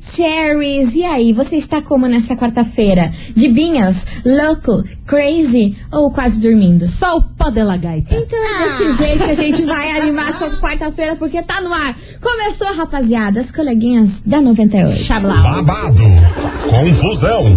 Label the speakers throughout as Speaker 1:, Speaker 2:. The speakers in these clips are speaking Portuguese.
Speaker 1: Cherries. E aí, você está como nessa quarta-feira? De binhas, louco, crazy ou quase dormindo?
Speaker 2: Só o pó de la gaita.
Speaker 1: Então é desse jeito que a gente vai animar sua quarta-feira, porque tá no ar. Começou, rapaziada, as coleguinhas da 98.
Speaker 2: Chablau.
Speaker 3: Babado, confusão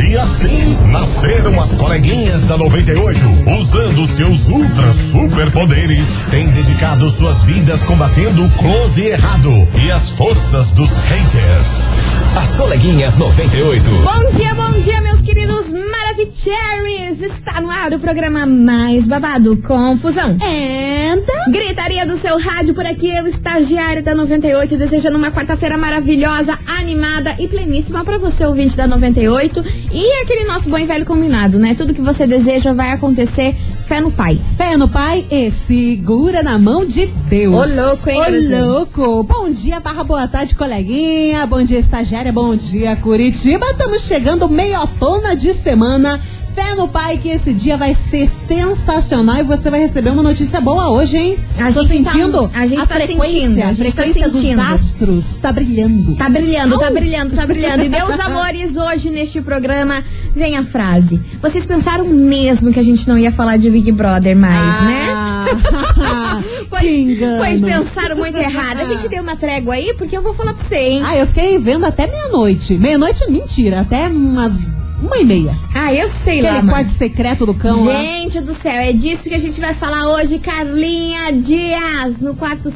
Speaker 3: E assim nasceram as coleguinhas da 98, usando seus ultra superpoderes, têm dedicado suas vidas combatendo o close e errado e as forças dos haters.
Speaker 4: As coleguinhas 98.
Speaker 1: Bom dia, bom dia, meus queridos Maravicheries! Está no ar o programa mais babado, Confusão.
Speaker 2: Anda.
Speaker 1: Gritaria do seu rádio por aqui, eu, estagiária da 98, desejando uma quarta-feira maravilhosa, animada e pleníssima pra você, ouvinte da 98. E aquele nosso bom e velho combinado, né? Tudo que você deseja vai acontecer, fé no pai.
Speaker 2: Fé no pai e segura na mão de Deus.
Speaker 1: Ô, louco, hein, Brasil?
Speaker 2: Ô louco. Bom dia, barra boa tarde, coleguinha. Bom dia, estagiária. Bom dia, Curitiba. Estamos chegando meio tona de semana. Fé no pai que esse dia vai ser sensacional e você vai receber uma notícia boa hoje, hein?
Speaker 1: A
Speaker 2: Tô
Speaker 1: gente tá-
Speaker 2: sentindo
Speaker 1: a gente tá
Speaker 2: frequência,
Speaker 1: sentindo, a
Speaker 2: a
Speaker 1: gente tá
Speaker 2: frequência
Speaker 1: sentindo.
Speaker 2: dos astros tá brilhando.
Speaker 1: Tá brilhando, tá brilhando, tá brilhando. E meus amores, hoje neste programa vem a frase. Vocês pensaram mesmo que a gente não ia falar de Big Brother mais, né?
Speaker 2: Ah, que engano.
Speaker 1: Pois pensaram muito errado. A gente deu uma trégua aí porque eu vou falar pra você, hein?
Speaker 2: Ah, eu fiquei vendo até meia-noite. Meia-noite, mentira, até umas uma e meia.
Speaker 1: Ah, eu sei lá,
Speaker 2: Aquele
Speaker 1: mano.
Speaker 2: quarto secreto do cão lá.
Speaker 1: Gente do céu, é disso que a gente vai falar hoje, Carlinha Dias, no quarto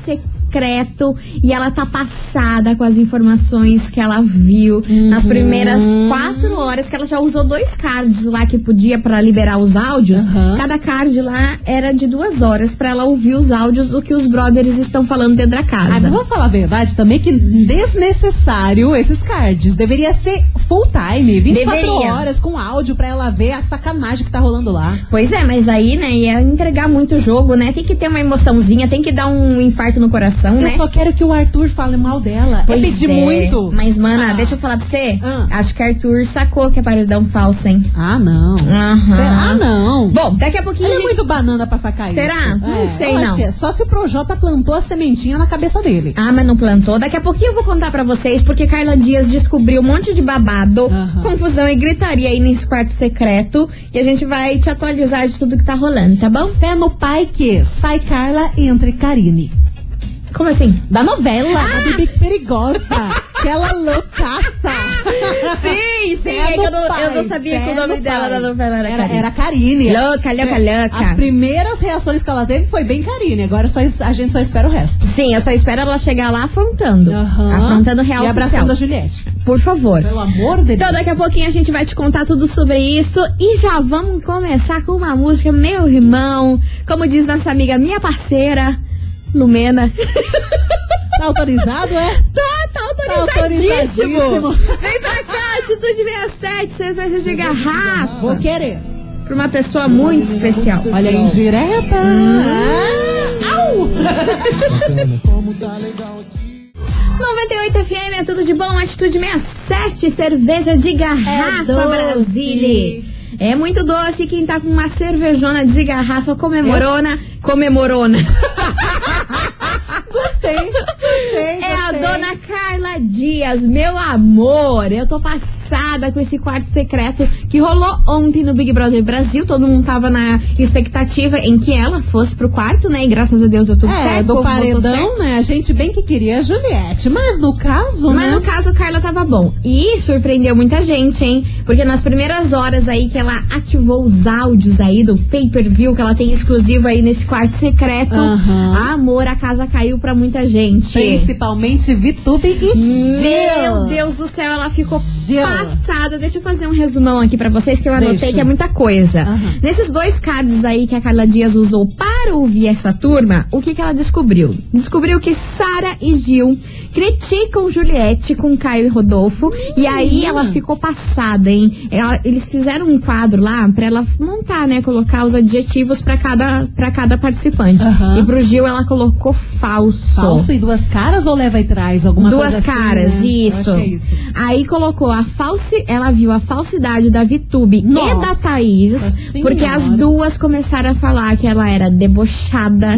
Speaker 1: secreto. E ela tá passada com as informações que ela viu
Speaker 2: Uhum.
Speaker 1: nas primeiras quatro horas, que ela já usou dois cards lá que podia pra liberar os áudios.
Speaker 2: Uhum.
Speaker 1: Cada card lá era de duas horas pra ela ouvir os áudios do que os brothers estão falando dentro da
Speaker 2: Ah, mas
Speaker 1: casa.
Speaker 2: vamos falar a verdade também que desnecessário esses cards. Deveria ser full time, 24
Speaker 1: Deveria.
Speaker 2: horas com áudio pra ela ver a sacanagem que tá rolando lá.
Speaker 1: Pois é, mas aí, né, ia entregar muito jogo, né? Tem que ter uma emoçãozinha, tem que dar um infarto no coração, né?
Speaker 2: Eu só quero que o Arthur fale mal dela.
Speaker 1: Pois
Speaker 2: eu pedi
Speaker 1: é.
Speaker 2: muito.
Speaker 1: Mas, mana,
Speaker 2: Ah.
Speaker 1: deixa eu falar pra você.
Speaker 2: Ah.
Speaker 1: Acho que Arthur sacou que é paredão falso, hein?
Speaker 2: Ah, não.
Speaker 1: Aham.
Speaker 2: Ah, não.
Speaker 1: Bom, daqui a pouquinho.
Speaker 2: Ele
Speaker 1: a
Speaker 2: é
Speaker 1: gente-
Speaker 2: muito banana pra sacar isso.
Speaker 1: Será? Não
Speaker 2: É,
Speaker 1: sei,
Speaker 2: eu acho
Speaker 1: não.
Speaker 2: que é. Só se o Projota plantou a sementinha na cabeça dele.
Speaker 1: Ah, mas não plantou. Daqui a pouquinho eu vou contar pra vocês, porque Carla Dias descobriu um monte de babado,
Speaker 2: Aham.
Speaker 1: confusão e gritaria aí nesse quarto secreto. E a gente vai te atualizar de tudo que tá rolando, tá bom?
Speaker 2: Fé no pai que sai Carla entre Karine.
Speaker 1: Como assim?
Speaker 2: Da novela, a Bibi Perigosa. Aquela loucaça.
Speaker 1: Sim, sim,
Speaker 2: Fé
Speaker 1: é que eu
Speaker 2: no
Speaker 1: não, eu
Speaker 2: pai,
Speaker 1: não sabia
Speaker 2: fé
Speaker 1: que o nome
Speaker 2: no
Speaker 1: dela
Speaker 2: pai.
Speaker 1: da novela era, Karine.
Speaker 2: Era Karine. É,
Speaker 1: Louca, louca, louca.
Speaker 2: As primeiras reações que ela teve foi bem Karine. Agora só, es- a gente só espera o resto.
Speaker 1: Sim, eu só espero ela chegar lá afrontando. Afrontando o real
Speaker 2: E
Speaker 1: oficial.
Speaker 2: abraçando a Juliette.
Speaker 1: Por favor.
Speaker 2: Pelo amor de Deus.
Speaker 1: Então daqui a pouquinho a gente vai te contar tudo sobre isso e já vamos começar com uma música, meu irmão, como diz nossa amiga, minha parceira, Lumena.
Speaker 2: Tá autorizado, é?
Speaker 1: Tá, tá autorizadíssimo.
Speaker 2: autorizadíssimo.
Speaker 1: Vem pra cá, Atitude 67, cerveja de garrafa,
Speaker 2: Vou querer.
Speaker 1: pra uma pessoa muito especial.
Speaker 2: Olha a indireta. Ah, au.
Speaker 1: 98 FM, é tudo de bom, Atitude 67, cerveja de garrafa,
Speaker 2: É doce.
Speaker 1: Brasília. É muito doce quem tá com uma cervejona de garrafa comemorona, comemorona.
Speaker 2: Gostei. Gostei,
Speaker 1: É a
Speaker 2: gostei.
Speaker 1: dona Carla Dias, meu amor. Eu tô passada com esse quarto secreto que rolou ontem no Big Brother Brasil. Todo mundo tava na expectativa em que ela fosse pro quarto, né? E graças a Deus deu tudo
Speaker 2: É,
Speaker 1: certo. o
Speaker 2: do
Speaker 1: povo votou certo.
Speaker 2: paredão, né? A gente bem que queria a Juliette. Mas no caso,
Speaker 1: Mas
Speaker 2: né?
Speaker 1: no caso, Carla tava bom. E surpreendeu muita gente, hein? Porque nas primeiras horas aí que ela ativou os áudios aí do pay-per-view que ela tem exclusivo aí nesse quarto secreto,
Speaker 2: Aham.
Speaker 1: amor, a casa caiu pra muita gente.
Speaker 2: Principalmente Vitube e
Speaker 1: Meu
Speaker 2: Gil.
Speaker 1: Deus do céu, ela ficou
Speaker 2: Gil.
Speaker 1: passada. Deixa eu fazer um resumão aqui pra vocês que eu anotei
Speaker 2: Deixa.
Speaker 1: que é muita coisa.
Speaker 2: Aham.
Speaker 1: Nesses dois cards aí que a Carla Dias usou para quero ouvir essa turma, o que, que ela descobriu? Descobriu que Sara e Gil criticam Juliette com Caio e Rodolfo. E aí ela ficou passada, hein? Ela- eles fizeram um quadro lá pra ela montar, né? Colocar os adjetivos pra cada, pra cada participante.
Speaker 2: Aham.
Speaker 1: E pro Gil ela colocou falso.
Speaker 2: Falso e duas caras ou leva e traz alguma
Speaker 1: Duas
Speaker 2: coisa assim,
Speaker 1: caras,
Speaker 2: né? Eu
Speaker 1: isso.
Speaker 2: acho que é isso.
Speaker 1: Aí colocou a falsi, ela viu a falsidade da Vitube e
Speaker 2: Nossa
Speaker 1: da Thaís,
Speaker 2: Senhora.
Speaker 1: porque as duas começaram a falar que ela era debochada,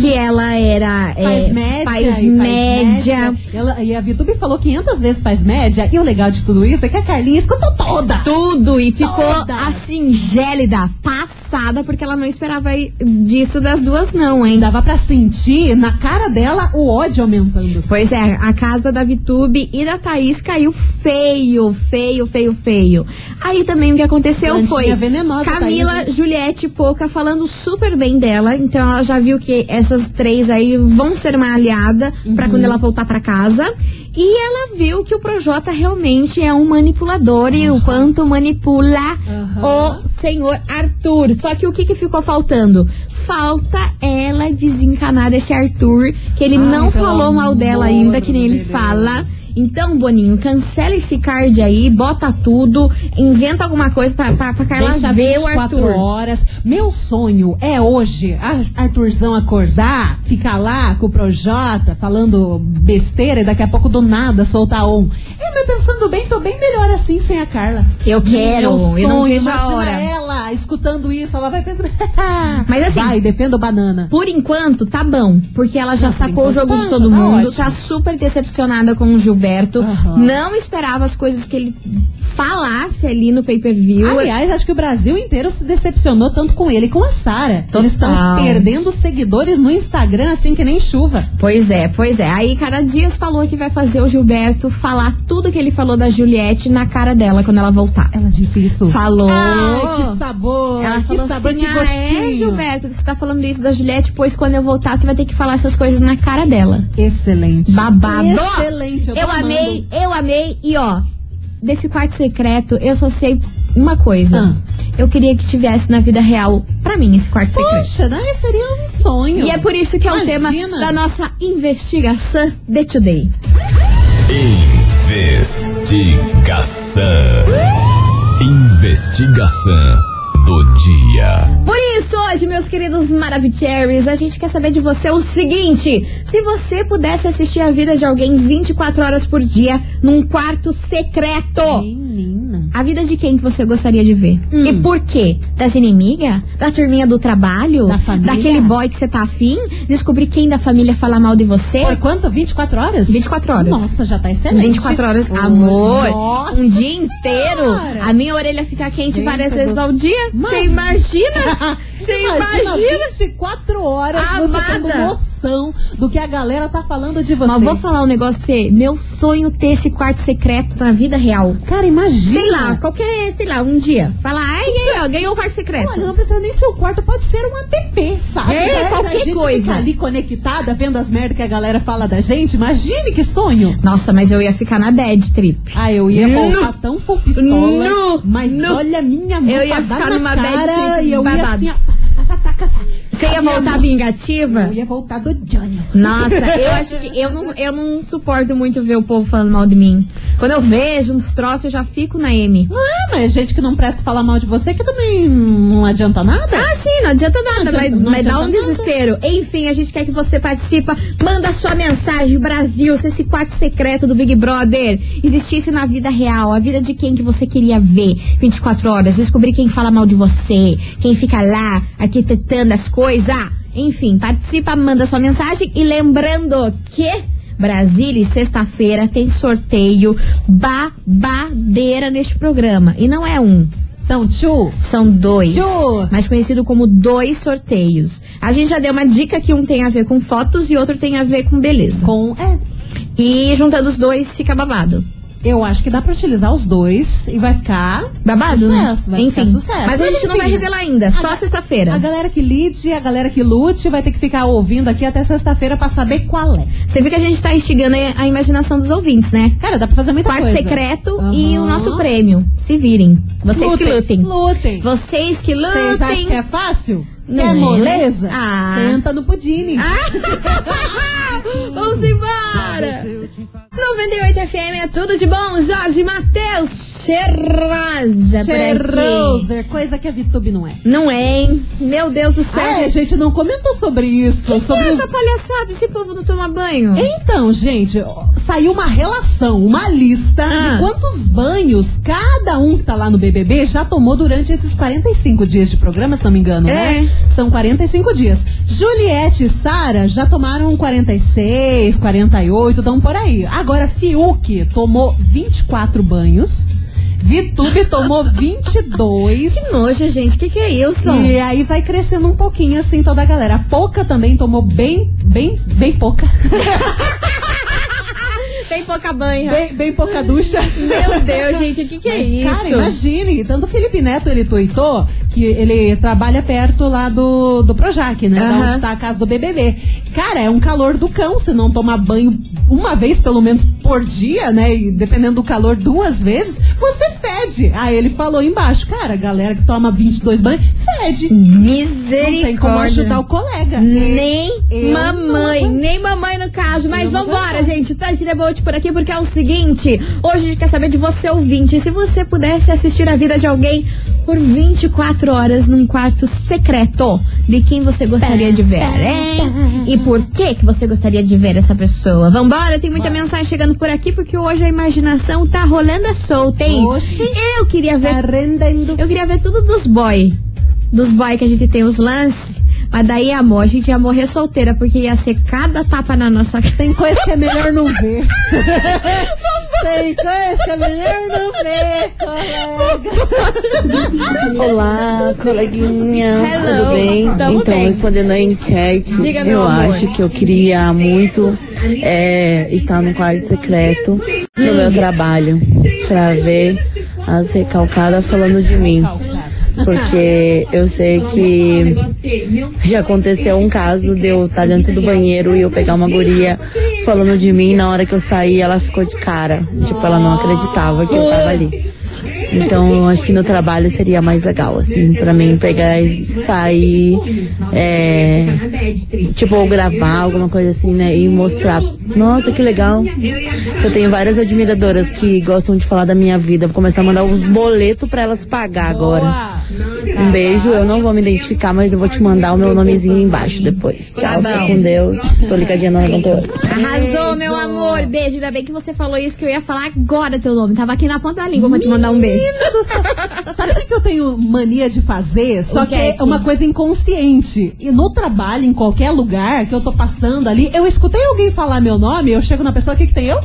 Speaker 1: que ela era
Speaker 2: Uhum. É, Faz
Speaker 1: eh,
Speaker 2: média.
Speaker 1: faz
Speaker 2: e faz
Speaker 1: média.
Speaker 2: Ela- e a Vitube falou 500 vezes faz média. E o legal de tudo isso é que a Carlinha escutou toda.
Speaker 1: Tudo e ficou
Speaker 2: Toda.
Speaker 1: assim, gélida, passada, porque ela não esperava i- disso das duas, não, hein?
Speaker 2: Dava pra sentir na cara dela o ódio aumentando.
Speaker 1: Pois é, a casa da Vitube e da Thaís caiu feio, feio, feio, feio. Aí também o que aconteceu
Speaker 2: Plantinha
Speaker 1: foi
Speaker 2: venenosa,
Speaker 1: Camila,
Speaker 2: Thaís,
Speaker 1: Juliette e Poca falando super bem dela. Então ela já viu que essas três aí vão ser uma aliada pra
Speaker 2: Uhum.
Speaker 1: quando ela voltar pra casa. E ela viu que o Projota realmente é um manipulador e o quanto manipula o senhor Arthur. Só que o que, que ficou faltando? Falta ela desencanar esse Arthur, que ele
Speaker 2: Ai,
Speaker 1: não
Speaker 2: pelo
Speaker 1: falou mal dela
Speaker 2: amor
Speaker 1: ainda, que nem ele
Speaker 2: de Deus.
Speaker 1: fala. Então, Boninho, cancela esse card aí, bota tudo, inventa alguma coisa pra, pra, pra Carla
Speaker 2: Deixa
Speaker 1: ver o
Speaker 2: 24
Speaker 1: Arthur.
Speaker 2: horas. Meu sonho é hoje Ar- Arthurzão acordar, ficar lá com o Projota falando besteira e daqui a pouco do nada soltar um. É, mas pensando bem, tô bem melhor assim sem a Carla.
Speaker 1: Eu quero,
Speaker 2: Meu sonho,
Speaker 1: eu não vejo a
Speaker 2: imagina
Speaker 1: hora.
Speaker 2: ela escutando isso, ela vai pensar.
Speaker 1: Mas assim-
Speaker 2: vai, defenda o banana.
Speaker 1: Por enquanto, tá bom, porque ela já sacou o
Speaker 2: enquanto
Speaker 1: jogo
Speaker 2: tá,
Speaker 1: de
Speaker 2: já
Speaker 1: todo
Speaker 2: tá
Speaker 1: mundo,
Speaker 2: ótimo.
Speaker 1: tá super decepcionada com o Gilberto,
Speaker 2: Aham.
Speaker 1: não esperava as coisas que ele falasse ali no pay-per-view.
Speaker 2: Aliás, acho que o Brasil inteiro se decepcionou tanto com ele e com a Sara.
Speaker 1: Total.
Speaker 2: Eles estão perdendo seguidores no Instagram assim que nem chuva.
Speaker 1: Pois é, pois é. Aí Cara Dias falou que vai fazer o Gilberto falar tudo que ele falou da Juliette na cara dela quando ela voltar.
Speaker 2: Ela disse isso.
Speaker 1: Falou.
Speaker 2: Ai, que sabor!
Speaker 1: Ela
Speaker 2: que
Speaker 1: falou
Speaker 2: sabor,
Speaker 1: assim,
Speaker 2: que
Speaker 1: ah, é,
Speaker 2: gostinho!
Speaker 1: Gilberto, você tá falando isso da Juliette, pois quando eu voltar, você vai ter que falar essas coisas na cara dela.
Speaker 2: Excelente.
Speaker 1: Babado!
Speaker 2: Excelente, eu, tô
Speaker 1: Eu
Speaker 2: amando.
Speaker 1: amei, eu amei. E ó, desse quarto secreto, eu só sei uma coisa.
Speaker 2: Ah.
Speaker 1: Eu queria que tivesse na vida real, pra mim, esse quarto secreto.
Speaker 2: Poxa, né? Seria um sonho.
Speaker 1: E é por isso que é o tema
Speaker 2: Imagina.
Speaker 1: da nossa investigação de today.
Speaker 4: Investigação. Investigação do dia.
Speaker 1: Por isso, hoje, meus queridos Maravicheries, a gente quer saber de você o seguinte: se você pudesse assistir a vida de alguém 24 horas por dia num quarto secreto.
Speaker 2: Menina.
Speaker 1: A vida de quem que você gostaria de ver?
Speaker 2: Hum.
Speaker 1: E por quê? Das inimigas? Da turminha do trabalho?
Speaker 2: Da família?
Speaker 1: Daquele boy que você tá afim? Descobrir quem da família fala mal de você?
Speaker 2: Por quanto? 24 horas?
Speaker 1: 24 horas.
Speaker 2: Nossa, já tá excelente.
Speaker 1: 24 horas,
Speaker 2: Oh,
Speaker 1: amor,
Speaker 2: Nossa.
Speaker 1: um dia inteiro,
Speaker 2: Senhora!
Speaker 1: a minha orelha fica quente
Speaker 2: Gente
Speaker 1: várias
Speaker 2: do
Speaker 1: vezes ao dia. Você imagina? Você
Speaker 2: Imagina,
Speaker 1: imagina?
Speaker 2: 24 horas você tendo
Speaker 1: Amada.
Speaker 2: noção do que a galera tá falando de você.
Speaker 1: Mas vou falar um negócio pra você. Meu sonho ter esse quarto secreto na vida real.
Speaker 2: Cara, imagina.
Speaker 1: Sei lá, qualquer, sei lá, um dia. Falar, ai, ai, ó, ganhou o quarto secreto.
Speaker 2: Olha, não precisa nem ser o quarto, pode ser um app, sabe?
Speaker 1: É,
Speaker 2: Daí
Speaker 1: qualquer
Speaker 2: a gente
Speaker 1: coisa.
Speaker 2: Fica ali conectada, vendo as merdas que a galera fala da gente. Imagine que sonho!
Speaker 1: Nossa, mas eu ia ficar na bad trip.
Speaker 2: Ah, eu ia
Speaker 1: Nu.
Speaker 2: voltar tão full pistola,
Speaker 1: Nu.
Speaker 2: mas
Speaker 1: Nu.
Speaker 2: olha minha mão
Speaker 1: Eu ia
Speaker 2: pra dar
Speaker 1: ficar
Speaker 2: na
Speaker 1: numa bad
Speaker 2: cara
Speaker 1: trip
Speaker 2: e eu ia
Speaker 1: babado.
Speaker 2: assim, ó,
Speaker 1: Você ia voltar vingativa?
Speaker 2: eu ia voltar do Johnny.
Speaker 1: Nossa, eu acho que eu não, eu não suporto muito ver o povo falando mal de mim. Quando eu vejo uns troços, eu já fico na M.
Speaker 2: Ah, mas gente que não presta falar mal de você que também não adianta nada.
Speaker 1: Ah, sim, não adianta nada,
Speaker 2: adianta,
Speaker 1: vai,
Speaker 2: não
Speaker 1: vai dar um
Speaker 2: adianta nada.
Speaker 1: desespero. Enfim, a gente quer que você participa, manda sua mensagem, Brasil, se esse quarto secreto do Big Brother existisse na vida real, a vida de quem que você queria ver 24 horas, descobrir quem fala mal de você, quem fica lá arquitetando as coisas. Enfim, participa, manda sua mensagem e lembrando que Brasília, e sexta-feira tem sorteio babadeira neste programa. E não é um,
Speaker 2: São Tchu.
Speaker 1: são dois.
Speaker 2: Ju!
Speaker 1: Mais conhecido como dois sorteios. A gente já deu uma dica que um tem a ver com fotos e outro tem a ver com beleza.
Speaker 2: Com. É,
Speaker 1: E juntando os dois fica babado.
Speaker 2: eu acho que dá pra utilizar os dois e vai ficar
Speaker 1: Babado?
Speaker 2: Sucesso,
Speaker 1: né?
Speaker 2: vai
Speaker 1: Enfim.
Speaker 2: ficar sucesso.
Speaker 1: Mas a gente não
Speaker 2: enfim,
Speaker 1: vai revelar ainda, só
Speaker 2: ga- A
Speaker 1: sexta-feira.
Speaker 2: galera que lide, a galera que lute, vai ter que ficar ouvindo aqui até sexta-feira pra saber qual é.
Speaker 1: Você viu que a gente tá instigando a imaginação dos ouvintes, né?
Speaker 2: Cara, dá pra fazer muita
Speaker 1: Quarto
Speaker 2: coisa.
Speaker 1: secreto
Speaker 2: Aham.
Speaker 1: e o nosso prêmio. Se virem. Vocês que lutem.
Speaker 2: Lutem.
Speaker 1: Vocês que lutem.
Speaker 2: Vocês acham que é fácil?
Speaker 1: Não
Speaker 2: Quer
Speaker 1: é?
Speaker 2: moleza?
Speaker 1: Ah.
Speaker 2: Senta no pudim.
Speaker 1: Vamos embora! 98 FM é tudo de bom, Jorge Matheus Cheirosa por aqui.
Speaker 2: Cheiroser, coisa que a VTube não é.
Speaker 1: Não é, hein? Meu Deus do céu!
Speaker 2: Ah, é, a gente não comentou sobre isso.
Speaker 1: que
Speaker 2: sobre
Speaker 1: que é
Speaker 2: os-
Speaker 1: essa palhaçada? Esse povo não toma banho?
Speaker 2: Então, gente, ó, saiu uma relação, uma lista
Speaker 1: Ah.
Speaker 2: de quantos banhos cada um que tá lá no BBB já tomou durante esses 45 dias de programa, se não me engano,
Speaker 1: É.
Speaker 2: né? São 45 dias. Juliette e Sara já tomaram 46, 48, estão então por aí. Agora, Fiuk tomou 24 banhos. Vitube tomou 22.
Speaker 1: Que nojo, gente. Que que é isso?
Speaker 2: E aí vai crescendo um pouquinho assim toda a galera. A Poca também tomou bem, bem, bem pouca.
Speaker 1: Tem pouca banha.
Speaker 2: Bem, bem pouca ducha.
Speaker 1: Meu Deus, gente. Que que é
Speaker 2: Mas,
Speaker 1: isso?
Speaker 2: cara, imagine. Tanto o Felipe Neto, ele tuitou que ele trabalha perto lá do, do Projac, né? Da
Speaker 1: Aham.
Speaker 2: onde tá a casa do BBB. Cara, é um calor do cão se não tomar banho uma vez, pelo menos, por dia, né? E dependendo do calor, duas vezes, você fede. Aí ele falou embaixo, cara, a galera que toma 22 banhos, fede. Não
Speaker 1: Misericórdia.
Speaker 2: tem como ajudar o colega.
Speaker 1: Nem
Speaker 2: Eu
Speaker 1: mamãe, nem mamãe no caso. Mas
Speaker 2: Eu não
Speaker 1: vambora,
Speaker 2: aguento.
Speaker 1: gente. Touch the boat por aqui, porque é o seguinte: hoje a gente quer saber de você, ouvinte. Se você pudesse assistir a vida de alguém por 24 horas num quarto secreto, de quem você gostaria de ver, hein? E por que, que você gostaria de ver essa pessoa? Vambora, tem muita mensagem chegando por aqui, porque hoje a imaginação tá rolando a solta, hein?
Speaker 2: Oxi.
Speaker 1: Eu queria ver
Speaker 2: tá Arrendando.
Speaker 1: eu queria ver tudo dos boy. Dos boy que a gente tem os lances. Mas daí, amor, a gente ia morrer solteira, porque ia ser cada tapa na nossa cara.
Speaker 2: Tem coisa que é melhor não ver. Tem coisa que é melhor não ver.
Speaker 5: Olá, coleguinha.
Speaker 1: Hello.
Speaker 5: Tudo bem?
Speaker 1: Tamo
Speaker 5: então,
Speaker 1: bem.
Speaker 5: respondendo a enquete,
Speaker 1: Diga, meu
Speaker 5: eu
Speaker 1: amor.
Speaker 5: acho que eu queria muito eh, estar no quarto secreto no meu trabalho pra ver as recalcadas falando de mim. Porque eu sei que já aconteceu um caso de eu estar dentro do banheiro e eu pegar uma guria falando de mim. e Na hora que eu saí, ela ficou de cara. Tipo, ela não acreditava que eu tava ali. Então, eu acho que no trabalho seria mais legal, assim, pra mim pegar e sair, é, tipo, ou gravar alguma coisa assim, né, e mostrar. Nossa, que legal. Eu tenho várias admiradoras que gostam de falar da minha vida. Vou começar a mandar um boleto pra elas pagar agora.
Speaker 2: Boa.
Speaker 5: Um beijo, eu não vou me identificar, mas eu vou te mandar o meu nomezinho embaixo depois.
Speaker 6: Tá
Speaker 5: Tchau,
Speaker 1: bom.
Speaker 5: fica com Deus. Tô ligadinha no 98.
Speaker 1: Arrasou, meu amor. Beijo. Ainda bem que você falou isso, que eu ia falar agora teu nome. Tava aqui na ponta da língua pra te mandar um beijo.
Speaker 2: Menina do céu. Sabe o que que eu tenho mania de fazer? Só
Speaker 1: O
Speaker 2: que
Speaker 1: que é
Speaker 2: é
Speaker 1: que-
Speaker 2: uma coisa inconsciente. E no trabalho, em qualquer lugar que eu tô passando ali, eu escutei alguém falar meu nome, eu chego na pessoa, o que que tem eu?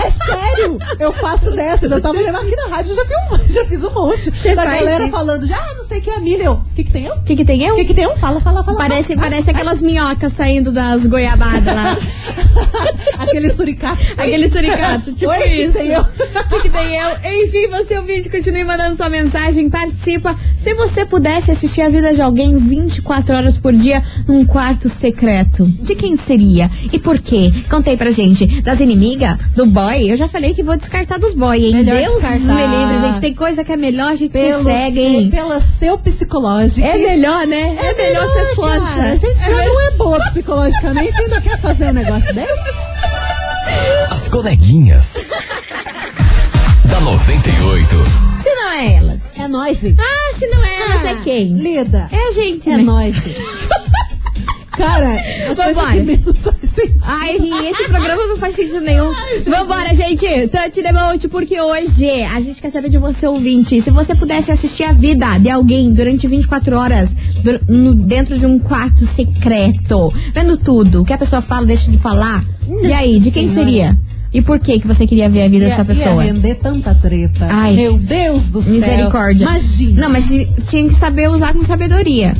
Speaker 2: É sério, eu faço dessas. Eu tava levando aqui na rádio, eu já, vi um, já fiz um monte. da
Speaker 1: faz
Speaker 2: galera
Speaker 1: isso.
Speaker 2: falando, já ah, não sei quem é a Miriam. Eu, O que que tem eu?
Speaker 1: O que, que tem eu?
Speaker 2: O que que tem eu? Fala, fala, fala.
Speaker 1: Parece, parece aquelas minhocas saindo das goiabadas lá.
Speaker 2: Aquele suricato.
Speaker 1: Aquele suricato, tipo
Speaker 2: Oi, que
Speaker 1: isso.
Speaker 2: tem eu.
Speaker 1: O que tem eu? Enfim, você ouvinte, continue mandando sua mensagem, participa. Se você pudesse assistir a vida de alguém 24 horas por dia num quarto secreto, de quem seria? E por quê? Contei pra gente. Das inimigas? Do boy? Eu já falei que vou descartar dos boy, hein?
Speaker 2: Melhor
Speaker 1: Deus
Speaker 2: descartar.
Speaker 1: me livre, gente. Tem coisa que é melhor a gente se
Speaker 2: Pelo,
Speaker 1: segue, hein?
Speaker 2: pela seu psicológico.
Speaker 1: É melhor, né? É, melhor ser
Speaker 2: cara.
Speaker 1: sócia.
Speaker 2: A gente já não é boa psicologicamente e ainda quer fazer um negócio desse?
Speaker 4: As coleguinhas. da 98.
Speaker 1: Se não é elas.
Speaker 2: É nós. hein?
Speaker 1: Ah, se não é elas, é quem?
Speaker 2: Lida.
Speaker 1: É a gente,
Speaker 2: É,
Speaker 1: né?
Speaker 2: nós. hein? Cara, a coisa que
Speaker 1: Vambora.
Speaker 2: menos faz sentido.
Speaker 1: Ai, esse programa não faz sentido nenhum. Vambora, gente. Touch the boat, porque hoje a gente quer saber de você, ouvinte. Se você pudesse assistir a vida de alguém durante 24 horas dur- no- dentro de um quarto secreto, vendo tudo, o que a pessoa fala, deixa de falar. e aí, de quem seria? E por que que você queria ver a vida dessa
Speaker 2: Ia-
Speaker 1: pessoa?
Speaker 2: Ia é render tanta treta.
Speaker 1: Ai.
Speaker 2: Meu Deus do céu.
Speaker 1: Misericórdia.
Speaker 2: Imagina.
Speaker 1: Não, mas tinha que saber usar com sabedoria.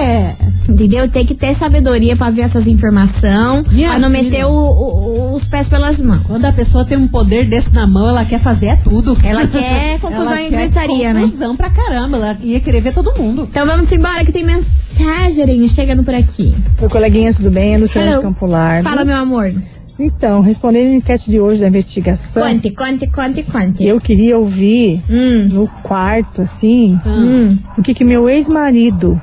Speaker 2: É.
Speaker 1: Entendeu? Tem que ter sabedoria pra ver essas informações,
Speaker 2: Minha
Speaker 1: pra não
Speaker 2: filha.
Speaker 1: meter o- o- o- os pés pelas mãos.
Speaker 2: Quando a pessoa tem um poder desse na mão, ela quer fazer é tudo.
Speaker 1: Ela quer confusão
Speaker 2: Ela
Speaker 1: e
Speaker 2: quer
Speaker 1: gritaria, né?
Speaker 2: Confusão pra caramba. Ela ia querer ver todo mundo.
Speaker 1: Então vamos embora que tem mensagem chegando por aqui.
Speaker 7: Oi, coleguinhas, tudo bem? É Luciana
Speaker 1: Hello.
Speaker 7: de Campo Largo.
Speaker 1: Fala, meu amor.
Speaker 7: Então, respondendo a enquete de hoje da investigação,
Speaker 1: Conte, conte, conte, conte.
Speaker 7: eu queria ouvir
Speaker 1: Hum,
Speaker 7: no quarto, assim,
Speaker 1: hum.
Speaker 7: o que que meu ex-marido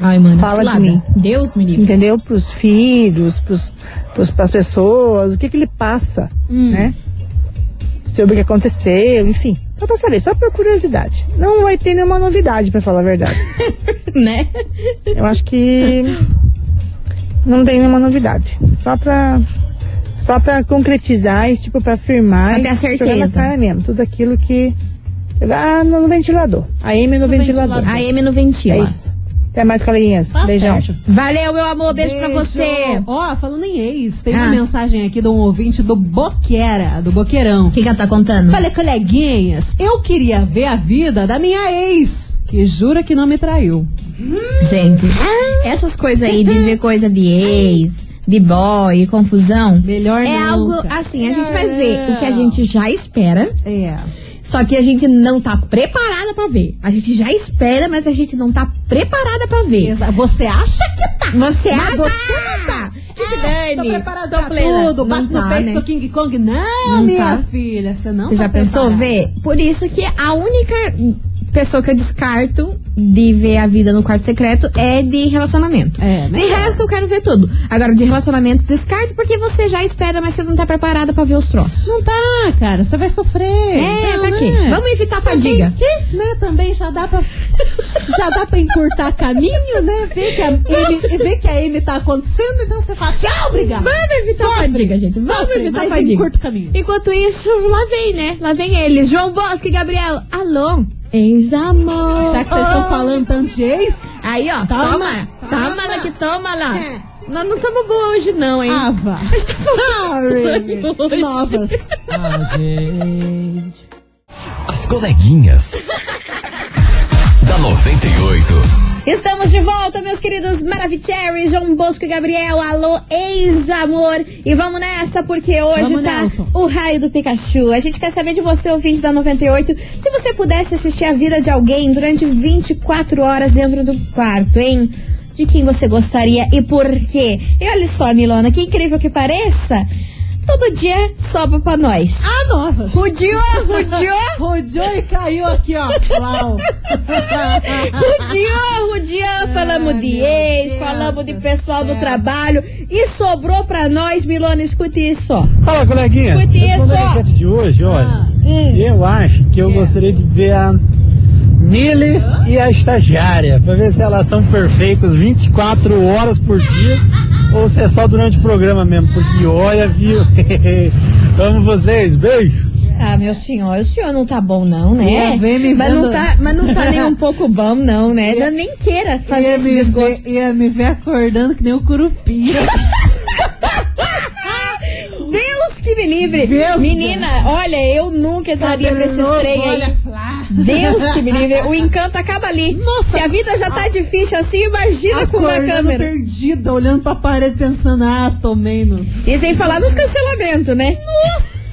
Speaker 8: Ai, mano,
Speaker 7: Fala de
Speaker 8: cilada.
Speaker 7: mim.
Speaker 8: Deus me livre.
Speaker 7: entendeu? Para os filhos, para as pessoas, o que, que ele passa,
Speaker 1: Hum.
Speaker 7: né? Sobre o que aconteceu, enfim. Só para saber, só por curiosidade. Não vai ter nenhuma novidade, para falar a verdade.
Speaker 8: Né?
Speaker 7: Eu acho que não tem nenhuma novidade. Só para só para concretizar e tipo para afirmar
Speaker 1: Pra ter
Speaker 7: e
Speaker 1: a certeza.
Speaker 7: jogar na cara mesmo, tudo aquilo que ah, no ventilador. A M no, ventilador.
Speaker 1: A M no
Speaker 7: É
Speaker 1: Ventila.
Speaker 7: isso. Até mais, coleguinhas.
Speaker 2: Tá
Speaker 7: Beijão.
Speaker 2: certo.
Speaker 1: Valeu, meu amor. Beijo, pra você.
Speaker 2: Ó, falando em ex, tem uma
Speaker 1: Ah.
Speaker 2: mensagem aqui de um ouvinte do Boqueira, do Boqueirão.
Speaker 8: O que, que ela tá contando?
Speaker 2: Falei, coleguinhas, eu queria ver a vida da minha ex, que jura que não me traiu.
Speaker 8: Gente,
Speaker 1: Essas coisas aí de ver coisa de ex, de boy, confusão.
Speaker 2: Melhor
Speaker 1: É
Speaker 2: nunca.
Speaker 1: algo assim, a gente vai ver o que a gente já espera,
Speaker 2: É.
Speaker 1: só que a gente não tá preparada pra ver. A gente já espera, mas a gente não tá preparada pra ver.
Speaker 2: Exa- Você acha que tá?
Speaker 1: Você
Speaker 2: Mas
Speaker 1: acha?
Speaker 2: você não tá.
Speaker 1: Que se
Speaker 2: É, Tô
Speaker 1: dane.
Speaker 2: preparada
Speaker 1: Ah, Tô
Speaker 2: pra
Speaker 1: plena.
Speaker 2: tudo,
Speaker 1: Não
Speaker 2: bato no
Speaker 1: tá,
Speaker 2: peito,
Speaker 1: né?
Speaker 2: sou King Kong. Não,
Speaker 1: Não
Speaker 2: minha
Speaker 1: tá.
Speaker 2: filha, você não
Speaker 1: Você
Speaker 2: tá
Speaker 1: já pensou
Speaker 2: preparada.
Speaker 1: ver? Por isso que a única pessoa que eu descarto de ver a vida no quarto secreto é de relacionamento.
Speaker 2: É,
Speaker 1: de
Speaker 2: melhor.
Speaker 1: resto, eu quero ver tudo. Agora, de relacionamento, descarto porque você já espera, mas você não tá preparada pra ver os troços.
Speaker 2: Não tá, cara, você vai sofrer.
Speaker 1: É,
Speaker 2: Então,
Speaker 1: pra quê?
Speaker 2: né?
Speaker 1: Vamos evitar a
Speaker 2: Você
Speaker 1: fadiga.
Speaker 2: tem que, né, também já dá pra já dá pra encurtar caminho, né? Ver que a M, ver que a M tá acontecendo, então você fala, tchau, obrigada.
Speaker 1: Vamos evitar a fadiga, gente. Vamos
Speaker 2: Sofre,
Speaker 1: evitar a
Speaker 2: mas
Speaker 1: fadiga.
Speaker 2: encurta o caminho.
Speaker 1: Enquanto isso, lá vem, né? Lá vem eles. João Bosque, Gabriel. Alô? Ex-amor.
Speaker 2: Já que vocês estão
Speaker 1: Oh.
Speaker 2: falando tanto de ex,
Speaker 1: Aí, ó. Toma. Toma,
Speaker 2: Toma. É.
Speaker 1: lá que toma lá. Nós não estamos boa hoje, não, hein?
Speaker 2: Ava. Ah,
Speaker 1: Hoje.
Speaker 2: Novas.
Speaker 4: As coleguinhas. da 98.
Speaker 1: Estamos de volta, meus queridos Maravicherry, João Bosco e Gabriel. Alô, ex-amor. E vamos nessa, porque hoje
Speaker 2: Vamos,
Speaker 1: tá
Speaker 2: Nelson.
Speaker 1: o raio do Pikachu. A gente quer saber de você, ouvinte da 98, se você pudesse assistir a vida de alguém durante 24 horas dentro do quarto, hein? De quem você gostaria e por quê? E olha só, Milona, que incrível que pareça, todo dia sobra pra nós. ah,
Speaker 2: Ah, novas.
Speaker 1: Rudiou, rudiou.
Speaker 2: Rodeou e caiu aqui, ó. Uau.
Speaker 1: Rudião, Rudião, falamos de
Speaker 2: meu
Speaker 1: ex,
Speaker 2: Deus
Speaker 1: falamos de
Speaker 2: do
Speaker 1: pessoal do trabalho e sobrou pra nós, Milona, escute isso, ó.
Speaker 9: Fala, coleguinha.
Speaker 1: Escute
Speaker 9: Respondendo
Speaker 1: isso.
Speaker 9: a enquete de hoje, olha.
Speaker 2: Ah.
Speaker 9: Eu acho que
Speaker 1: É.
Speaker 9: eu gostaria de ver a Mili e a estagiária, pra ver se elas são perfeitas 24 horas por dia ou se é só durante o programa mesmo, porque olha, viu? Amo vocês, beijo.
Speaker 1: Ah, meu senhor, o senhor não tá bom não, né?
Speaker 2: Ia ver me
Speaker 1: mas, não
Speaker 2: vendo-
Speaker 1: tá, mas não tá nem um pouco bom não, né? Eu nem queira fazer
Speaker 2: Ia
Speaker 1: esse
Speaker 2: me,
Speaker 1: desgosto.
Speaker 2: ver, ia me ver acordando que nem o curupira.
Speaker 1: Deus que me livre.
Speaker 2: Deus
Speaker 1: Menina, olha, eu nunca entraria pra esses
Speaker 2: Cabeloso,
Speaker 1: trem aí.
Speaker 2: é olha,
Speaker 1: Deus que me livre. O encanto acaba ali.
Speaker 2: Nossa. Ah.
Speaker 1: Se a vida já tá difícil assim, imagina com uma
Speaker 2: Acordando
Speaker 1: câmera.
Speaker 2: perdida, olhando pra parede pensando, ah, tomei no...
Speaker 1: E sem falar dos cancelamentos, né?
Speaker 2: Jesus,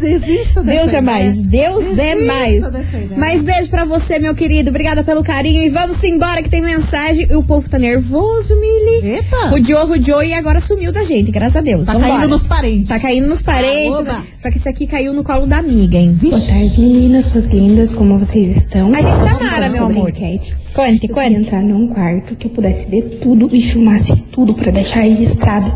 Speaker 2: Desista dessa
Speaker 1: Deus é
Speaker 2: ideia.
Speaker 1: mais, Deus é
Speaker 2: Desista
Speaker 1: mais.
Speaker 2: dessa ideia.
Speaker 1: Mas beijo pra você, meu querido. Obrigada pelo carinho. E vamos embora que tem mensagem. E o povo tá nervoso, Mili.
Speaker 2: Epa!
Speaker 1: O Joe, o Joe, e agora sumiu da gente, graças a Deus.
Speaker 2: Ah. Tá
Speaker 1: Vambora.
Speaker 2: caindo nos parentes.
Speaker 1: um Tá caindo nos parentes.
Speaker 2: Ah, oba.
Speaker 1: Só que isso aqui caiu no colo da amiga, hein?
Speaker 10: Boa tarde, meninas, suas lindas, como vocês estão?
Speaker 1: A gente tá
Speaker 10: Falando
Speaker 1: mara, meu
Speaker 10: sobre
Speaker 1: amor.
Speaker 10: a Enquete. Eu
Speaker 1: Conte,
Speaker 10: queria
Speaker 1: conte.
Speaker 10: entrar num quarto que eu pudesse ver tudo e filmasse tudo pra deixar registrado.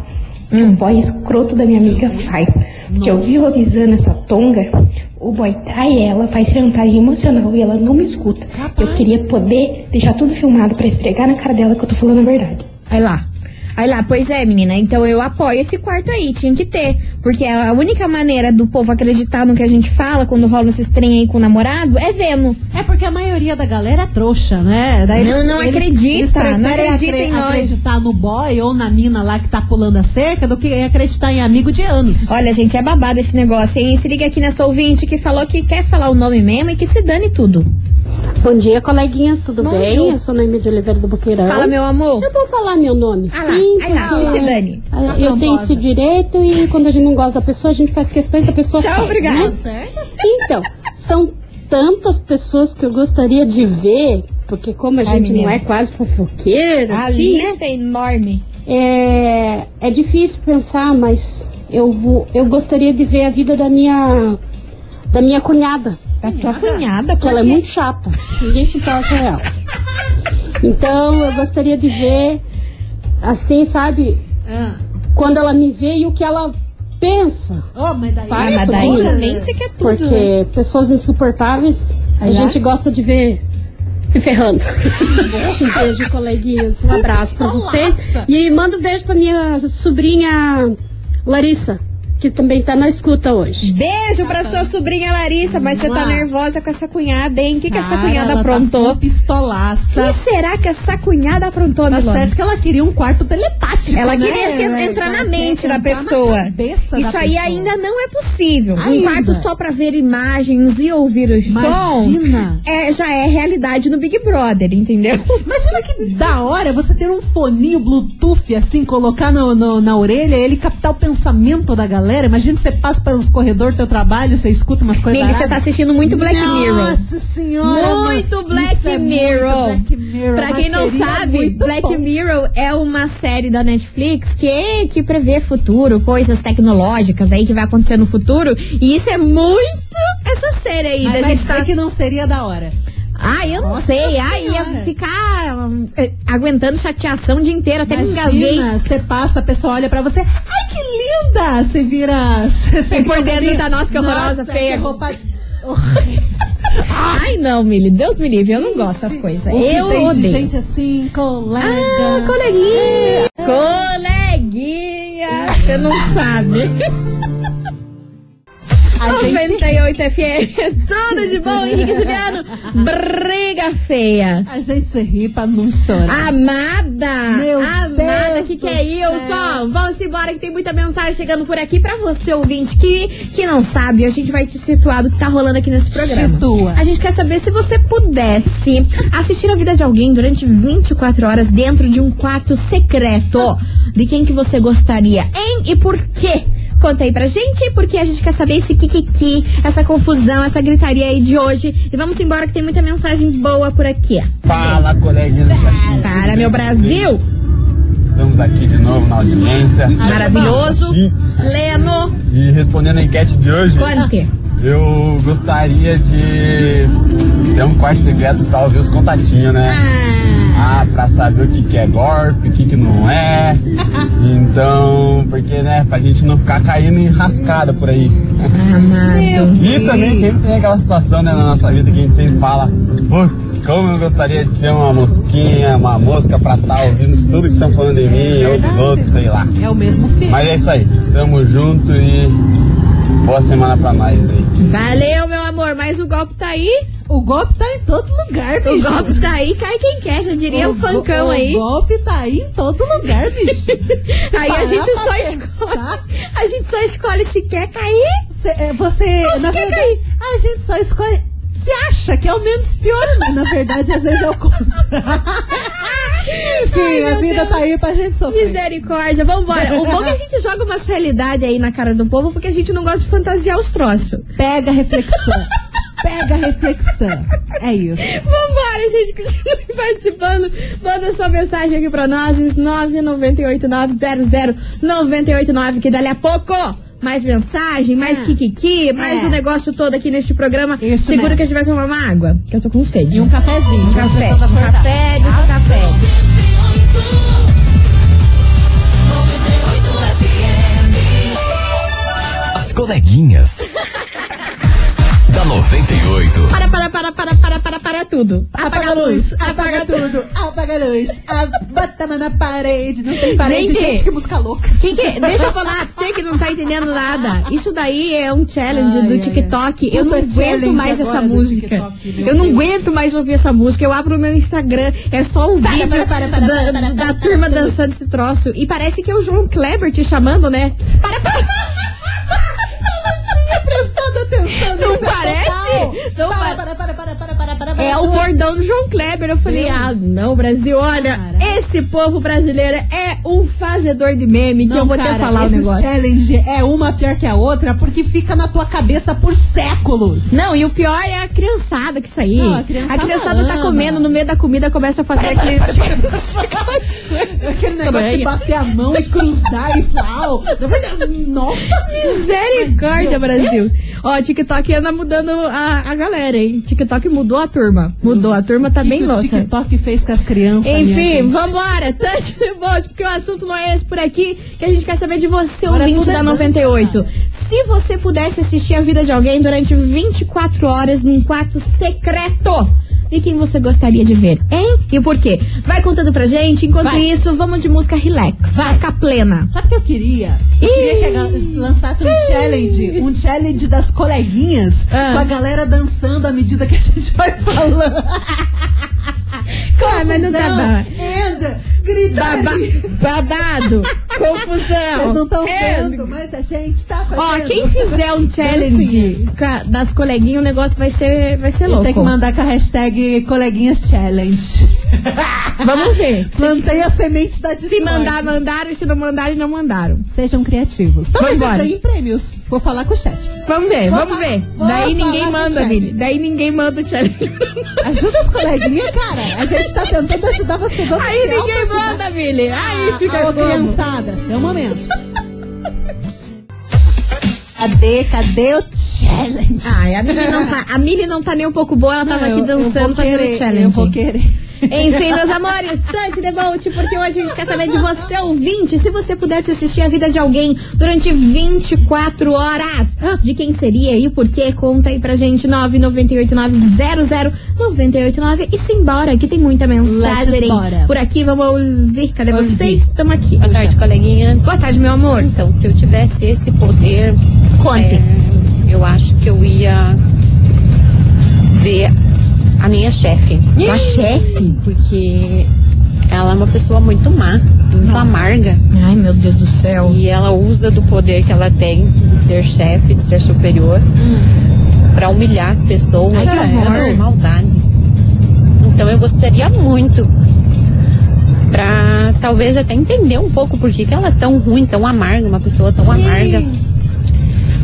Speaker 10: o Que o boy escroto da minha amiga faz. Porque eu vi horrorizando essa tonga, o boy trai ela, faz chantagem emocional e ela não me escuta. Eu queria poder deixar tudo filmado pra esfregar na cara dela que eu tô falando a verdade.
Speaker 1: Aí lá. Aí lá, pois é, menina. Então eu apoio esse quarto aí, tinha que ter. Porque a única maneira do povo acreditar no que a gente fala quando rola esses trem aí com o namorado é vendo.
Speaker 2: É porque a maioria da galera é trouxa, né? Daí
Speaker 1: Não, não acredita,
Speaker 2: eles
Speaker 1: não
Speaker 2: preferem
Speaker 1: acredita
Speaker 2: acre-
Speaker 1: em nós.
Speaker 2: acreditar no boy ou na mina lá que tá pulando a cerca do que acreditar em amigo de anos.
Speaker 1: Olha, gente, é babado esse negócio, hein? Se liga aqui nessa ouvinte que falou que quer falar o nome mesmo e que se dane tudo.
Speaker 11: Bom dia, coleguinhas, tudo
Speaker 1: Bom
Speaker 11: bem?
Speaker 1: dia.
Speaker 11: Eu sou Noemi de Oliveira do Boqueirão.
Speaker 1: Fala, meu amor.
Speaker 11: Eu vou falar meu nome,
Speaker 1: Ah lá,
Speaker 11: sim,
Speaker 1: ai lá,
Speaker 11: porque
Speaker 1: que se dane. Tá
Speaker 11: ah, Eu tenho
Speaker 2: Afrontosa.
Speaker 11: esse direito e quando a gente não gosta da pessoa, a gente faz questão que a pessoa
Speaker 1: Tchau,
Speaker 11: saia,
Speaker 1: obrigada.
Speaker 11: né? Então, são tantas pessoas que eu gostaria de ver, porque como a gente
Speaker 1: menina.
Speaker 11: não é quase fofoqueira,
Speaker 1: A
Speaker 11: assim, né?
Speaker 1: lista é enorme.
Speaker 11: É, é difícil pensar, mas eu vou, eu gostaria de ver a vida da minha da minha cunhada,
Speaker 1: Da Tá tua cunhada,
Speaker 11: que
Speaker 1: por
Speaker 11: ela é
Speaker 1: quê?
Speaker 11: muito chata. Ninguém se importa com ela. Então eu gostaria de ver, assim, sabe?
Speaker 2: Ah.
Speaker 11: Quando ela me vê e o que ela pensa.
Speaker 2: Oh, mas daí,
Speaker 11: Sabe?
Speaker 2: mas daí
Speaker 11: Sobre-
Speaker 2: também você quer tudo,
Speaker 11: Porque
Speaker 2: né?
Speaker 11: pessoas insuportáveis, a
Speaker 2: Aí lá?
Speaker 11: gente gosta de ver se ferrando. um beijo, coleguinhas. Um abraço pra vocês. E manda um beijo pra minha sobrinha Larissa, que também tá na escuta hoje.
Speaker 1: Beijo pra sua sobrinha Larissa, mas você tá nervosa com essa cunhada, hein? O que, que essa
Speaker 11: Ah,
Speaker 1: cunhada
Speaker 11: ela tá
Speaker 1: aprontou?
Speaker 2: pistolaça.
Speaker 1: O que será que essa cunhada aprontou,
Speaker 2: Tá
Speaker 1: Milona?
Speaker 2: certo que ela queria um quarto teletático.
Speaker 1: Ela
Speaker 2: né?
Speaker 1: queria ter-
Speaker 2: Ela
Speaker 1: entrar na
Speaker 2: queria
Speaker 1: mente da
Speaker 2: entrar na
Speaker 1: pessoa. Isso
Speaker 2: cabeça da
Speaker 1: aí
Speaker 2: pessoa.
Speaker 1: ainda não é possível. Um
Speaker 2: Ainda.
Speaker 1: quarto só pra ver imagens e ouvir os
Speaker 2: Imagina.
Speaker 1: sons é, já é realidade no Big Brother, entendeu?
Speaker 2: Imagina que da hora você ter um foninho Bluetooth assim, colocar no, no- na orelha ele captar o pensamento da galera. Imagina você passa pelos corredores do teu trabalho, você escuta umas coisas.
Speaker 1: Mili, você tá assistindo muito Black Mirror.
Speaker 2: Nossa senhora!
Speaker 1: Muito
Speaker 2: mano.
Speaker 1: Black,
Speaker 2: Isso é muito
Speaker 1: Mirror.
Speaker 2: Black Mirror,
Speaker 1: Pra quem
Speaker 2: mas
Speaker 1: não
Speaker 2: seria
Speaker 1: sabe,
Speaker 2: muito
Speaker 1: Black
Speaker 2: bom.
Speaker 1: Mirror é uma série da Netflix que, que prevê futuro, coisas tecnológicas aí que vai acontecer no futuro. E isso é muito essa série aí.
Speaker 2: Mas
Speaker 1: da
Speaker 2: vai
Speaker 1: gente
Speaker 2: dizer
Speaker 1: tá...
Speaker 2: que não seria da hora.
Speaker 1: Ah, eu não sei. Ah, ia ficar hum, eh, aguentando chateação o dia inteiro, até me engasguei.
Speaker 2: Imagina, você passa, a pessoa olha pra você. Ai, que linda! Você vira. Você
Speaker 1: E por
Speaker 2: vira
Speaker 1: dentro
Speaker 2: alguém-
Speaker 1: tá, nossa, que horrorosa,
Speaker 2: Nossa,
Speaker 1: feia.
Speaker 2: que roupa-
Speaker 1: Ai, não, Mili. Deus me livre, eu não gosto dessas coisas. Eu
Speaker 2: Tem
Speaker 1: odeio.
Speaker 2: gente assim, colega.
Speaker 1: Ah, coleguinha! Coleguinha! Você não sabe.
Speaker 2: A gente-
Speaker 1: 98 FM, tudo de bom, Henrique e Juliano. Briga feia.
Speaker 2: A gente ri pra não chorar.
Speaker 1: Amada!
Speaker 2: Meu
Speaker 1: amada,
Speaker 2: Deus
Speaker 1: o que, que
Speaker 2: do
Speaker 1: é isso?
Speaker 2: céu.
Speaker 1: Ó, Vamos embora que tem muita mensagem chegando por aqui pra você, ouvinte, que, que não sabe. A gente vai te situar do que tá rolando aqui nesse programa.
Speaker 2: Situa.
Speaker 1: A gente quer saber se você pudesse assistir a vida de alguém durante 24 horas dentro de um quarto secreto. De quem que você gostaria, hein? E por quê? Conta aí pra gente, porque a gente quer saber esse kikiki, essa confusão, essa gritaria aí de hoje. E vamos embora que tem muita mensagem boa por aqui.
Speaker 12: Fala, coleguinhas.
Speaker 1: Para, meu Brasil!
Speaker 12: Estamos aqui de novo na audiência.
Speaker 1: Maravilhoso. Leno,
Speaker 12: E respondendo a enquete de hoje,
Speaker 1: conte.
Speaker 12: eu gostaria de ter um quarto secreto pra ouvir os contatinhos, né? Ah, pra saber o que, que é golpe, o que, que não é. Então, porque, né, pra gente não ficar caindo em rascada por aí.
Speaker 1: Amado.
Speaker 12: E também sempre tem aquela situação né, na nossa vida que a gente sempre fala, putz, como eu gostaria de ser uma mosquinha, uma mosca pra estar ouvindo tudo que estão falando em mim, ou dos outros, sei lá.
Speaker 2: É o mesmo filho.
Speaker 12: Mas é isso aí, tamo junto e boa semana pra nós aí.
Speaker 1: Valeu, meu amor, mas o golpe tá aí.
Speaker 2: O golpe tá em todo lugar,
Speaker 1: O
Speaker 2: bicho.
Speaker 1: golpe tá aí, cai quem quer, já diria o,
Speaker 2: go-
Speaker 1: fancão aí.
Speaker 2: O golpe tá aí em todo lugar, bicho. Se
Speaker 1: Aí a
Speaker 2: parar
Speaker 1: gente
Speaker 2: pra
Speaker 1: só
Speaker 2: pensar,
Speaker 1: escolhe. A gente só escolhe se quer cair.
Speaker 2: cê- é, você,
Speaker 1: Mas
Speaker 2: na
Speaker 1: que
Speaker 2: verdade, a gente só escolhe que acha que é o menos pior, mas na verdade às vezes é o contrário. Enfim,
Speaker 1: Ai,
Speaker 2: a
Speaker 1: meu
Speaker 2: vida
Speaker 1: Deus.
Speaker 2: tá aí pra gente sofrer.
Speaker 1: Misericórdia, vambora. O bom é que a gente joga umas realidades aí na cara do povo, porque a gente não gosta de fantasiar os troços.
Speaker 2: Pega a reflexão. Pega a reflexão. É isso.
Speaker 1: Vambora, gente, continue participando. Manda sua mensagem aqui pra nós, 998900989, que dali a pouco. Mais mensagem, mais kikiki, mais
Speaker 2: É.
Speaker 1: o negócio todo aqui neste programa.
Speaker 2: Isso
Speaker 1: Segura
Speaker 2: mesmo.
Speaker 1: que a gente vai tomar uma água, que eu tô com sede.
Speaker 2: E um tá cafezinho.
Speaker 1: Um
Speaker 2: pra
Speaker 1: café,
Speaker 2: pessoa da
Speaker 1: um
Speaker 2: cortada.
Speaker 1: café, um café.
Speaker 4: As coleguinhas. da 98.
Speaker 1: Para, para, para, para, para, para, para tudo.
Speaker 2: Apaga a luz, apaga tudo, apaga a luz, a- bota a mão na parede, não tem parede,
Speaker 1: Gente.
Speaker 2: gente, que música louca.
Speaker 1: Que que- deixa eu falar pra você que não tá entendendo nada. Isso daí é um challenge
Speaker 2: Ai,
Speaker 1: do
Speaker 2: ai,
Speaker 1: TikTok.
Speaker 2: ai.
Speaker 1: Eu não
Speaker 2: Puta
Speaker 1: aguento
Speaker 2: challenge
Speaker 1: mais
Speaker 2: agora
Speaker 1: essa
Speaker 2: do
Speaker 1: música.
Speaker 2: TikTok, meu
Speaker 1: Eu não
Speaker 2: Deus.
Speaker 1: aguento mais ouvir essa música. Eu abro o meu Instagram, é só o
Speaker 2: Para,
Speaker 1: vídeo
Speaker 2: para, para, para,
Speaker 1: da,
Speaker 2: para, para,
Speaker 1: da
Speaker 2: para,
Speaker 1: turma dançando esse troço. E parece que é o João Kleber te chamando, né? Para, para.
Speaker 2: Prestando atenção
Speaker 1: Não
Speaker 2: nisso, é
Speaker 1: parece?
Speaker 2: total.
Speaker 1: Não
Speaker 2: para,
Speaker 1: pa-
Speaker 2: para, para, para, para, para, para, para.
Speaker 1: É o bordão do João Kleber. Eu falei,
Speaker 2: Deus.
Speaker 1: ah, não, Brasil, olha,
Speaker 2: Cara.
Speaker 1: esse povo brasileiro é um fazedor de meme que
Speaker 2: Não,
Speaker 1: eu vou
Speaker 2: cara,
Speaker 1: até falar o
Speaker 2: esse
Speaker 1: negócio.
Speaker 2: challenge é uma pior que a outra porque fica na tua cabeça por séculos.
Speaker 1: Não, e o pior é a criançada que isso aí.
Speaker 2: Não, a criançada
Speaker 1: tá
Speaker 2: ama.
Speaker 1: comendo no meio da comida, começa a fazer aqueles.
Speaker 2: Aquele negócio de bater a Tá mão e cruzar e falar. "Au". Nossa!
Speaker 1: Misericórdia, Brasil. Ó, TikTok anda mudando a, a galera, hein? TikTok mudou a turma. Mudou, a turma tá
Speaker 2: que
Speaker 1: bem
Speaker 2: que o
Speaker 1: louca.
Speaker 2: TikTok fez com as crianças. minha
Speaker 1: Enfim,
Speaker 2: gente?
Speaker 1: vambora. Touch the boat, porque o assunto não é esse por aqui, que a gente quer saber de você,
Speaker 2: Agora
Speaker 1: ouvinte
Speaker 2: tudo é
Speaker 1: da 98. Se você pudesse assistir a vida de alguém durante 24 horas num quarto secreto, de quem você gostaria de ver, hein? E por quê? Vai contando pra gente. Enquanto
Speaker 2: Vai.
Speaker 1: isso, vamos de música relax. Vai ficar plena.
Speaker 2: Sabe o que eu queria? Eu queria que a gal- eles lançassem um challenge, um challenge das coleguinhas,
Speaker 1: Ah.
Speaker 2: com a galera dançando à medida que a gente vai falando. Confusão,
Speaker 1: mas não dá bom.
Speaker 2: and gritaria.
Speaker 1: Baba- babado,
Speaker 2: Vocês
Speaker 1: confusão.
Speaker 2: não estão
Speaker 1: É,
Speaker 2: vendo, mas a gente tá fazendo.
Speaker 1: Ó, quem fizer um challenge ca- das coleguinhas, o negócio vai ser, vai ser louco.
Speaker 2: assim, é. Tem que mandar com a hashtag coleguinhas challenge.
Speaker 1: Vamos ver.
Speaker 2: Mantenha a semente da discórdia.
Speaker 1: Se mandar, mandaram. Se não mandaram, não mandaram.
Speaker 2: Sejam criativos. Tá, Talvez
Speaker 1: Vambora.
Speaker 2: eles ganhem prêmios. Vou falar com o chefe.
Speaker 1: Vamos ver,
Speaker 2: Vou
Speaker 1: vamos
Speaker 2: fa-
Speaker 1: ver.
Speaker 2: vou
Speaker 1: Daí ninguém
Speaker 2: falar com o
Speaker 1: manda,
Speaker 2: chefe.
Speaker 1: Mili. Daí ninguém manda o challenge.
Speaker 2: Ajuda as coleguinhas, cara. A gente tá tentando ajudar você. você
Speaker 1: Aí
Speaker 2: se
Speaker 1: ninguém
Speaker 2: autoajudar.
Speaker 1: manda, Mili. Aí fica
Speaker 2: Alô,
Speaker 1: como?
Speaker 2: criançada, seu momento. Cadê, cadê o challenge?
Speaker 1: Ai, a Mili, não tá, a Mili não tá nem um pouco boa, ela tava
Speaker 2: Eu-
Speaker 1: aqui
Speaker 2: eu vou
Speaker 1: dançando,
Speaker 2: querer,
Speaker 1: fazendo challenge.
Speaker 2: Eu vou querer.
Speaker 1: Enfim, meus amores, touch the boat, porque hoje a gente quer saber de você, ouvinte. Se você pudesse assistir a vida de alguém durante 24 horas, de quem seria e por quê? Conta aí pra gente, 998900989 e simbora, que tem muita
Speaker 6: Let's
Speaker 1: mensagem
Speaker 6: bora.
Speaker 1: por aqui. Vamos ouvir, cadê
Speaker 6: Ouvir.
Speaker 1: vocês? Estamos aqui.
Speaker 6: Boa tarde, coleguinhas.
Speaker 1: Boa tarde, meu amor.
Speaker 6: Então, se eu tivesse esse poder,
Speaker 1: Conte.
Speaker 6: é, eu acho que eu ia ver a minha chefe.
Speaker 1: Tua chefe?
Speaker 6: Porque ela é uma pessoa muito má, muito amarga.
Speaker 1: Ai, meu Deus do céu.
Speaker 6: E ela usa do poder que ela tem de ser chefe, de ser superior, pra humilhar as pessoas,
Speaker 1: Hum. Ai, que horror.
Speaker 6: fazer maldade. Então eu gostaria muito pra talvez até entender um pouco por que, que ela é tão ruim, tão amarga, uma pessoa tão amarga.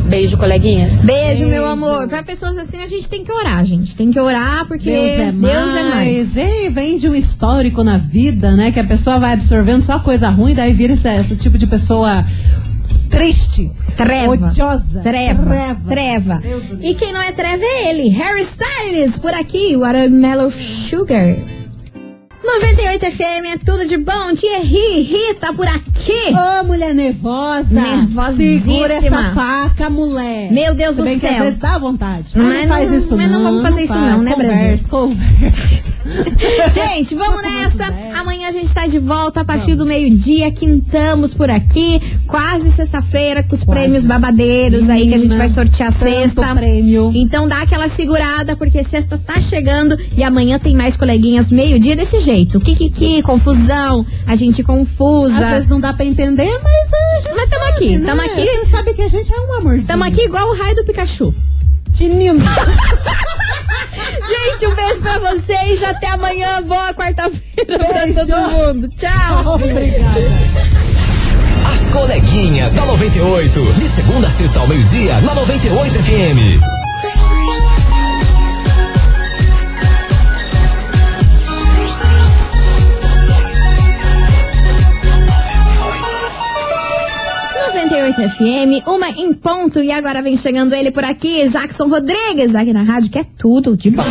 Speaker 6: Beijo, coleguinhas.
Speaker 1: Beijo, meu amor. Pra pessoas assim, a gente tem que orar, gente. Tem que orar, porque
Speaker 2: Deus é mais.
Speaker 1: Deus é mais.
Speaker 2: E vem de um histórico na vida, né? Que a pessoa vai absorvendo só coisa ruim, daí vira esse, esse tipo de pessoa triste,
Speaker 1: Treva.
Speaker 2: odiosa,
Speaker 1: Treva. Treva.
Speaker 2: Deus do
Speaker 1: E quem não é treva é ele, Harry Styles, por aqui, Watermelon Sugar. 98 FM é tudo de bom, tia Ri, Rita por aqui.
Speaker 2: Ô, mulher nervosa!
Speaker 1: Nervosíssima.
Speaker 2: Segura essa faca, mulher!
Speaker 1: Meu Deus
Speaker 2: Se
Speaker 1: do
Speaker 2: bem que
Speaker 1: céu.
Speaker 2: às vezes dá vontade. Mas,
Speaker 1: Mas
Speaker 2: não faz
Speaker 1: não-
Speaker 2: isso
Speaker 1: mas não
Speaker 2: não.
Speaker 1: vamos fazer isso
Speaker 2: faz.
Speaker 1: não, né,
Speaker 2: conversa,
Speaker 1: Brasil?
Speaker 2: Conversa,
Speaker 1: Gente, vamos nessa. Amanhã a gente tá de volta a partir do meio-dia. Quintamos por aqui. Quase sexta-feira, com os prêmios babadeiros aí que a gente
Speaker 2: Menina,
Speaker 1: vai sortear sexta.
Speaker 2: prêmio.
Speaker 1: Então dá aquela segurada, porque sexta tá chegando e amanhã tem mais coleguinhas meio-dia desse jeito. Que, que, que, confusão. A gente confusa.
Speaker 2: Às vezes não dá pra entender, mas a gente
Speaker 1: Mas tamo
Speaker 2: sabe,
Speaker 1: aqui,
Speaker 2: né?
Speaker 1: tamo aqui.
Speaker 2: Você sabe que a gente é um amorzinho.
Speaker 1: Tamo aqui igual o raio do Pikachu.
Speaker 2: Tinino.
Speaker 1: Gente, um beijo pra vocês. Até amanhã. Boa quarta-feira pra
Speaker 2: Beijo.
Speaker 1: todo mundo. Tchau.
Speaker 2: Obrigada.
Speaker 4: As coleguinhas da 98. De segunda a sexta ao meio-dia, na 98 FM.
Speaker 1: FM, uma em ponto, e agora vem chegando ele por aqui, Jackson Rodrigues, aqui na rádio, que é tudo de bom.